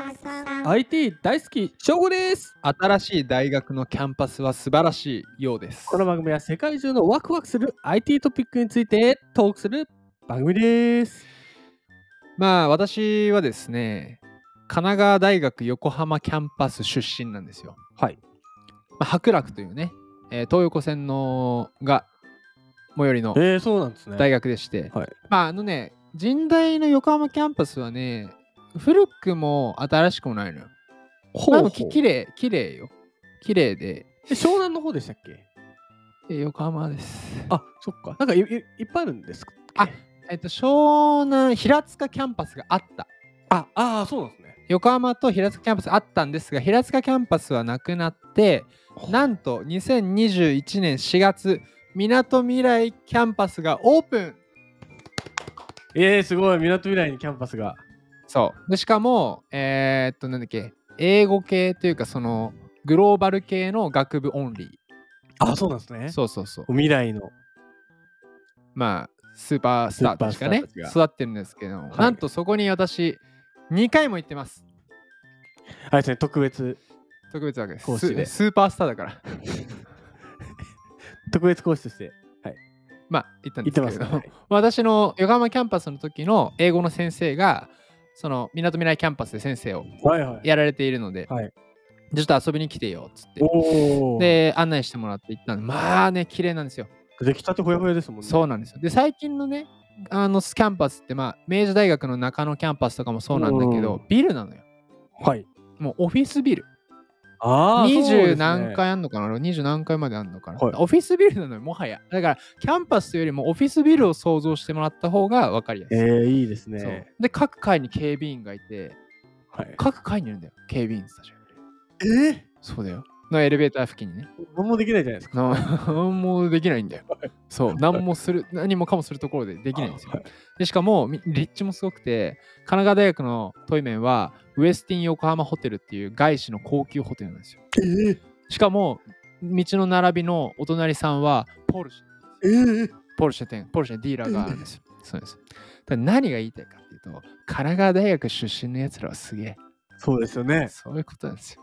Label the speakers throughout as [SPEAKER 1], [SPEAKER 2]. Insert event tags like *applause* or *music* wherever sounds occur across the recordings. [SPEAKER 1] ん
[SPEAKER 2] IT 大好き翔吾です
[SPEAKER 3] 新しい大学のキャンパスは素晴らしいようです。
[SPEAKER 2] この番組は世界中のワクワクする IT トピックについてトークする番組です
[SPEAKER 3] まあ私はですね、神奈川大学横浜キャンパス出身なんですよ。
[SPEAKER 2] はい
[SPEAKER 3] まあ、白楽というね、えー東横線のが最寄りの
[SPEAKER 2] えー、そうなんですね
[SPEAKER 3] 大学でして、
[SPEAKER 2] はい
[SPEAKER 3] まああのね、神大の横浜キャンパスはね、古くも新しくもないのよ。
[SPEAKER 2] ほ
[SPEAKER 3] まあ
[SPEAKER 2] う
[SPEAKER 3] で
[SPEAKER 2] ほ
[SPEAKER 3] も
[SPEAKER 2] う
[SPEAKER 3] き綺麗、綺麗よ。綺麗で、
[SPEAKER 2] え湘南の方でしたっけ
[SPEAKER 3] えー横浜です。
[SPEAKER 2] あそっかなんかいいいっぱいあるんですか
[SPEAKER 3] あえっと、湘南平塚キャンパスがあった。
[SPEAKER 2] ああーそうなんですね
[SPEAKER 3] 横浜と平塚キャンパスあったんですが平塚キャンパスはなくなってなんと2021年4月みなとみらいキャンパスがオープン
[SPEAKER 2] えー、すごいみなとみらいにキャンパスが
[SPEAKER 3] そうでしかもえーっとなんだっけ英語系というかそのグローバル系の学部オンリ
[SPEAKER 2] あそうなんですね
[SPEAKER 3] ーそうそうそう
[SPEAKER 2] 未来の
[SPEAKER 3] まあスーパースターたちがね
[SPEAKER 2] スーパースターたち
[SPEAKER 3] 育ってるんですけど、
[SPEAKER 2] い
[SPEAKER 3] なんとそこに私2回も行ってます
[SPEAKER 2] あれですね特別
[SPEAKER 3] 特別わけです
[SPEAKER 2] 講師で
[SPEAKER 3] ススーパースターだから *laughs*
[SPEAKER 2] 特別講師として
[SPEAKER 3] まあ行ったん
[SPEAKER 2] 行
[SPEAKER 3] で
[SPEAKER 2] って
[SPEAKER 3] す
[SPEAKER 2] ま
[SPEAKER 3] け
[SPEAKER 2] す、
[SPEAKER 3] れ
[SPEAKER 2] ね、
[SPEAKER 3] ど
[SPEAKER 2] はい
[SPEAKER 3] 私の横浜キャンパスの時の英語の先生がそのみなとみらいキャンパスで先生を
[SPEAKER 2] はいはい
[SPEAKER 3] やられているので、
[SPEAKER 2] はい
[SPEAKER 3] ちょっと遊びに来てよっつって
[SPEAKER 2] おお
[SPEAKER 3] で案内してもらって行ったんでまあね綺麗なんですよ
[SPEAKER 2] 出来たてほやほやですもんね
[SPEAKER 3] そうなんですよで最近のねあのキャンパスってまあ明治大学の中野キャンパスとかもそうなんだけ
[SPEAKER 2] う
[SPEAKER 3] どビルなのよ
[SPEAKER 2] はい
[SPEAKER 3] もうオフィスビル
[SPEAKER 2] ああ
[SPEAKER 3] 二十何階あんのかな二十、何階まであんのかな、
[SPEAKER 2] はい
[SPEAKER 3] オフィスビルなのよもはやだからキャンパスというよりもオフィスビルを想像してもらった方が分かりやすい、
[SPEAKER 2] えー、いいです
[SPEAKER 3] そう
[SPEAKER 2] ね。
[SPEAKER 3] で各階に警備員がいて
[SPEAKER 2] はい、
[SPEAKER 3] 各階にいるんだよ、警備員たちが。
[SPEAKER 2] えー、
[SPEAKER 3] そうだよ。のエレベーター付近にね。
[SPEAKER 2] 何もできないじゃないですか。
[SPEAKER 3] な何もできないん
[SPEAKER 2] *laughs*
[SPEAKER 3] だよ。そう、何もする、何もかもするところでできないんですよ
[SPEAKER 2] は。
[SPEAKER 3] で、しかも、み立地もすごくて、神奈川大学のトイメンは、ウエスティン横浜ホテルっていう外資の高級ホテルなんですよ。
[SPEAKER 2] えー、
[SPEAKER 3] しかも、道の並びのお隣さんは、ポルシェ、
[SPEAKER 2] えー、
[SPEAKER 3] ポルシェ店、ポルシェディーラーがあるんですよ。そうです。だから何が言いたいかっていうと、神奈川大学出身のやつらはすげえ。
[SPEAKER 2] そうですよね。
[SPEAKER 3] そういうことなんですよ。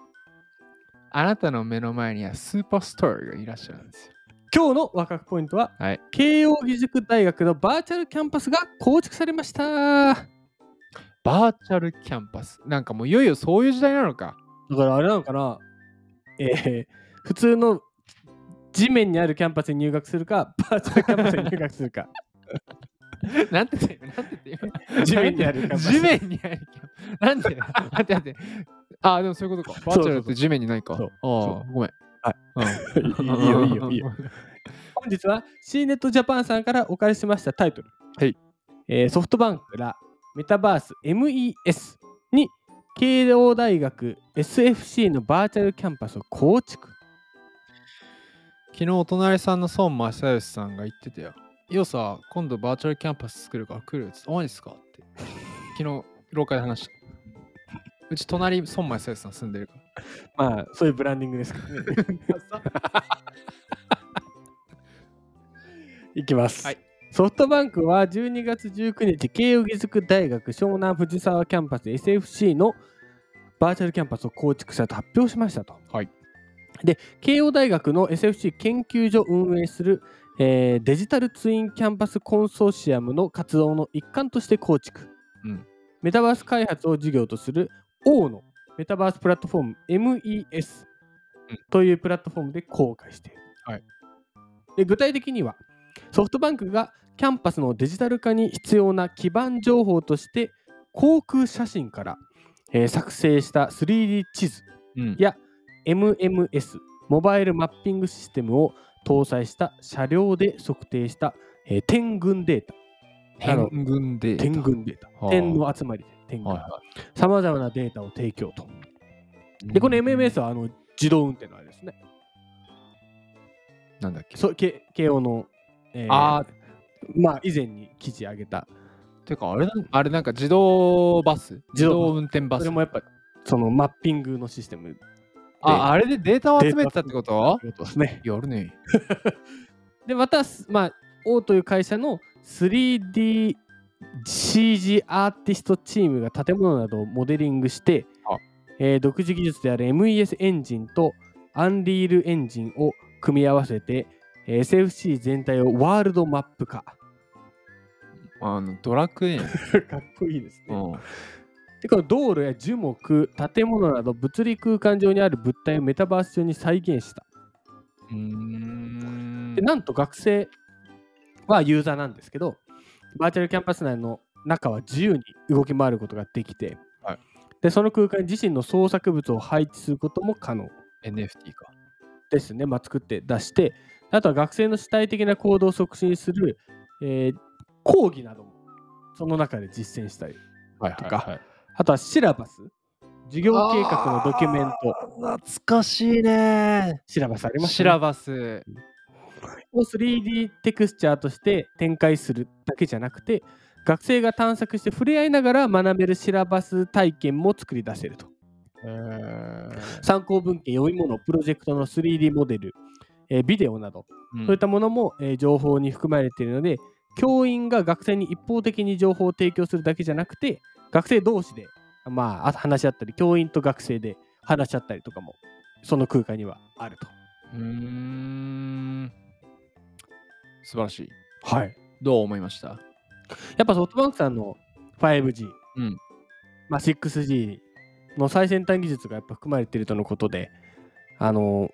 [SPEAKER 3] あなたの目の前にはスーパースターがいらっしゃるんですよ。
[SPEAKER 2] 今日のワクワクポイントは、
[SPEAKER 3] はい
[SPEAKER 2] 慶應義塾大学のバーチャルキャンパスが構築されました。だか
[SPEAKER 3] バーチャルキャンパス。なんかもういよいよそういう時代なのか。 *laughs*
[SPEAKER 2] らあれなのかな、えー、普通の地面にあるキャンパスに入学するか、バーチャルキャンパスに入学するか。
[SPEAKER 3] なんて言ってなんて言って
[SPEAKER 2] 地面にあるキャンパス
[SPEAKER 3] 地面にあるキャンパス。なん *laughs* てなんてなんてああ、でもそういうこと
[SPEAKER 2] *laughs*
[SPEAKER 3] か。バーチャルって地面にないか。
[SPEAKER 2] そう
[SPEAKER 3] ああ、ごめ
[SPEAKER 2] *laughs*
[SPEAKER 3] ん。
[SPEAKER 2] いい
[SPEAKER 3] うん
[SPEAKER 2] よ、いいよ、いいよ。。本日は C ネットジャパンさんからお借りしましたタイトル、
[SPEAKER 3] はい
[SPEAKER 2] えーソフトバンクらメタバース MES に慶応大学 SFC のバーチャルキャンパスを構築
[SPEAKER 3] *laughs* 昨日お隣さんの孫正義さんが言ってたよ。よさ、今度バーチャルキャンパス作るから来るっつって、おいですかって。昨日、廊下で話した。うち隣、孫正義さん住んでるから。
[SPEAKER 2] まあそういうブランディングですからね *laughs* いきます、
[SPEAKER 3] はい
[SPEAKER 2] ソフトバンクは12月19日慶應義塾大学湘南藤沢キャンパス SFC のバーチャルキャンパスを構築したと発表しましたと、
[SPEAKER 3] はい
[SPEAKER 2] で慶応大学の SFC 研究所を運営する、えーデジタルツインキャンパスコンソーシアムの活動の一環として構築、
[SPEAKER 3] うん
[SPEAKER 2] メタバース開発を事業とする O のメタバースプラットフォーム MES
[SPEAKER 3] うん
[SPEAKER 2] というプラットフォームで公開している、
[SPEAKER 3] はい
[SPEAKER 2] で具体的にはソフトバンクがキャンパスのデジタル化に必要な基盤情報として航空写真から、えー作成した 3D 地図
[SPEAKER 3] うん
[SPEAKER 2] や MMS モバイルマッピングシステムを搭載した車両で測定した、えー点群データ
[SPEAKER 3] 天群で。
[SPEAKER 2] 点群データ
[SPEAKER 3] はあ
[SPEAKER 2] 点の集まりで点群
[SPEAKER 3] はいは
[SPEAKER 2] さまざまなデータを提供と
[SPEAKER 3] い。
[SPEAKER 2] でこの MMS はあの自動運転のあれですね
[SPEAKER 3] なんだっけ
[SPEAKER 2] そうけ慶応の、えー
[SPEAKER 3] あ
[SPEAKER 2] まあ以前に記事上げた
[SPEAKER 3] てかあれなんあれなんか自動バス
[SPEAKER 2] 自
[SPEAKER 3] 自
[SPEAKER 2] 動
[SPEAKER 3] 動運転バ
[SPEAKER 2] そ
[SPEAKER 3] ス
[SPEAKER 2] れもやっぱそのマッピングのシステム
[SPEAKER 3] ああれでデータを集めてたってこと
[SPEAKER 2] ということですね
[SPEAKER 3] やるね
[SPEAKER 2] でまたすまあ O という会社の 3DCG アーティストチームが建物などをモデリングして
[SPEAKER 3] あ、
[SPEAKER 2] ええー独自技術である MES エンジンと Unreal エンジンを組み合わせて、えー SFC 全体をワールドマップ *laughs* 化。
[SPEAKER 3] あの、ドラク *laughs* エやん。
[SPEAKER 2] かっこいいですね。でこの道路や樹木、建物など物理空間上にある物体をメタバース上に再現した。
[SPEAKER 3] うん。
[SPEAKER 2] でなんと学生はユーザーなんですけど、バーチャルキャンパス内の中は自由に動き回ることができて、
[SPEAKER 3] はい
[SPEAKER 2] でその空間に自身の創作物を配置することも可能
[SPEAKER 3] NFT か。
[SPEAKER 2] ですね、まあ、作って出して、あとは学生の主体的な行動を促進する、えー講義などもその中で実践したり、
[SPEAKER 3] はい
[SPEAKER 2] とかあとはシラバス、授業計画のドキュメント、
[SPEAKER 3] 懐かしいね。
[SPEAKER 2] シラバスあります
[SPEAKER 3] シラバス。
[SPEAKER 2] を 3D テクスチャーとして展開するだけじゃなくて学生が探索して触れ合いながら学べるシラバス体験も作り出せると
[SPEAKER 3] えー
[SPEAKER 2] 参考文献読み物プロジェクトの 3D モデル、えービデオなどそういったものも、えー情報に含まれているので教員が学生に一方的に情報を提供するだけじゃなくて学生同士で、まああ、話し合ったり教員と学生で話し合ったりとかもその空間にはあると。
[SPEAKER 3] うーん。素晴らしい。
[SPEAKER 2] はい
[SPEAKER 3] どう思いました
[SPEAKER 2] やっぱソフトバンクさんの 5G、
[SPEAKER 3] うん
[SPEAKER 2] まあ、6G の最先端技術がやっぱ含まれているとのことで、あの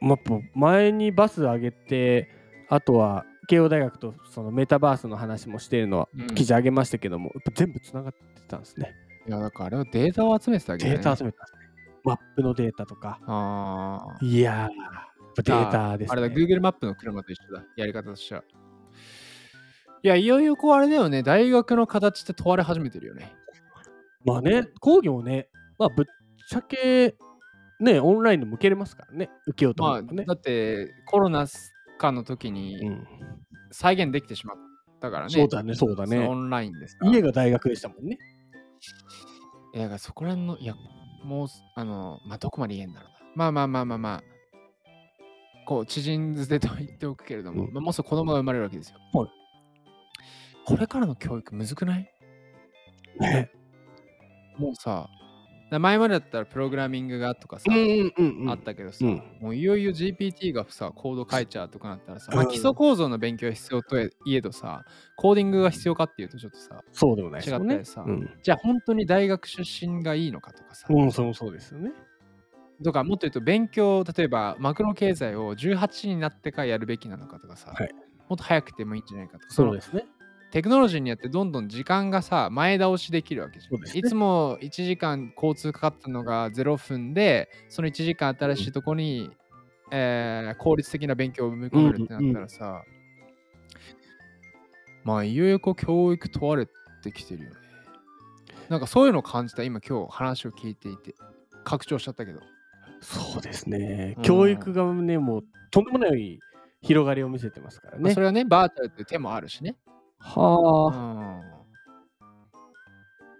[SPEAKER 2] まあやっぱ前にバス上げて、あとは慶応大学とそのメタバースの話もしているのは
[SPEAKER 3] うん
[SPEAKER 2] 記事上げましたけども、やっぱ全部つながってたんですね。
[SPEAKER 3] いや、だからあれはデータを集めてたわけど、ね。
[SPEAKER 2] データ集めたんですね。マップのデータとか。
[SPEAKER 3] ああ。
[SPEAKER 2] いやー、やっぱデータです
[SPEAKER 3] あ
[SPEAKER 2] ね。
[SPEAKER 3] れだ、Google マップの車と一緒だ。やり方としては。いや、いよいよこうあれだよね。大学の形って問われ始めてるよね。
[SPEAKER 2] まあね、講義もね、まあぶっちゃけ、ね、オンラインでも受けれますからね、受けようと
[SPEAKER 3] ま
[SPEAKER 2] 思
[SPEAKER 3] あ、
[SPEAKER 2] うとね。
[SPEAKER 3] だってコロナ禍の時
[SPEAKER 2] う
[SPEAKER 3] に
[SPEAKER 2] ん
[SPEAKER 3] 再現できてしまったからね。
[SPEAKER 2] そうだね、そうだ
[SPEAKER 3] そのオ
[SPEAKER 2] ね。
[SPEAKER 3] ンラインですから。
[SPEAKER 2] 家が大学でしたもんね。
[SPEAKER 3] いやだからそこら辺の、いや、もう、あの、まあ、どこまで言えんだろうな。まあまあまあまあまあ、こう、知人図でとは言っておくけれども、
[SPEAKER 2] うん
[SPEAKER 3] まあ、もうすぐ子供が生まれるわけですよ。
[SPEAKER 2] はい
[SPEAKER 3] これからの教育むずくない
[SPEAKER 2] ね
[SPEAKER 3] もうさ、だ前までだったらプログラミングがとかさ、
[SPEAKER 2] んうん
[SPEAKER 3] あったけどさ、
[SPEAKER 2] うん。
[SPEAKER 3] もういよいよ GPT がさ、コード書いちゃうとかなったらさ、
[SPEAKER 2] うん
[SPEAKER 3] まあ、基礎構造の勉強は必要といえどさ、コーディングが必要かっていうとちょっとさ、
[SPEAKER 2] そうでもないですよ
[SPEAKER 3] 違った
[SPEAKER 2] ね
[SPEAKER 3] り。さ
[SPEAKER 2] うん、
[SPEAKER 3] じゃあ本当に大学出身がいいのかとかさ、
[SPEAKER 2] うん、そもそうですよね。
[SPEAKER 3] とかもっと言うと勉強例えばマクロ経済を18になってからやるべきなのかとかさ、
[SPEAKER 2] はい
[SPEAKER 3] もっと早くてもいいんじゃないかとか
[SPEAKER 2] そう
[SPEAKER 3] の
[SPEAKER 2] ですね。
[SPEAKER 3] テクノロジーによってどんどん時間がさ前倒しできるわけじゃ、
[SPEAKER 2] そうんですね
[SPEAKER 3] いつも1時間交通かかったのが0分でその1時間新しいとこに、えー効率的な勉強を埋め込めるってなったらさ、まあいよいよこう教育問われてきてるよねなんかそういうのを感じた今今日話を聞いていて拡張しちゃったけど
[SPEAKER 2] そうですね
[SPEAKER 3] う。ん
[SPEAKER 2] 教育がね、もうとんでもない広がりを見せてますから
[SPEAKER 3] まあ
[SPEAKER 2] ね
[SPEAKER 3] そ。れはね、バーチャルっていう手もあるしね。う
[SPEAKER 2] は
[SPEAKER 3] ん、
[SPEAKER 2] あ。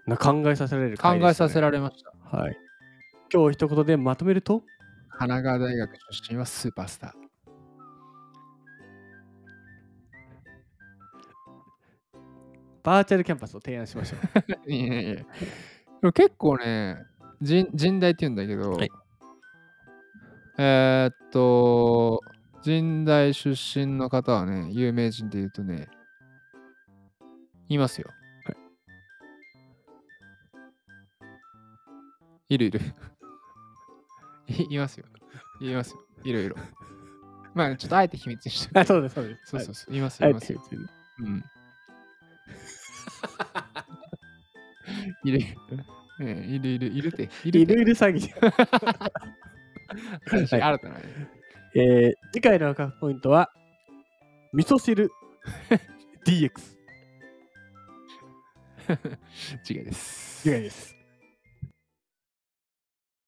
[SPEAKER 2] な考えさせられる
[SPEAKER 3] 考
[SPEAKER 2] 回でしたね、
[SPEAKER 3] えさせられました。
[SPEAKER 2] れはい。今日一言でまとめると、
[SPEAKER 3] 神奈川大学出身はスーパースター。
[SPEAKER 2] バーチャルキャンパスを提案しましょう。
[SPEAKER 3] いやいやいやでも結構ね、人人大って言うんだけど、
[SPEAKER 2] はい
[SPEAKER 3] えーっと、人大出身の方はね、有名人で言うとね、いますよ。い、るいる。いいますよ。いますよ。いろいろ。まあ、ちょっとあえて秘密にして
[SPEAKER 2] あ、 *laughs* そうです、そうです。
[SPEAKER 3] そうそう
[SPEAKER 2] う。
[SPEAKER 3] そう、います
[SPEAKER 2] は
[SPEAKER 3] よ、
[SPEAKER 2] いい、
[SPEAKER 3] ますよ。
[SPEAKER 2] はい
[SPEAKER 3] うん。いる、ええいるいる、いるって、い
[SPEAKER 2] い
[SPEAKER 3] る
[SPEAKER 2] るいる詐欺。
[SPEAKER 3] って、
[SPEAKER 2] はい
[SPEAKER 3] 新たなね。 *laughs*
[SPEAKER 2] えー次回のワクワクポイントは、味噌
[SPEAKER 3] *laughs*
[SPEAKER 2] 汁 DX。
[SPEAKER 3] 違いです。
[SPEAKER 2] 次回です。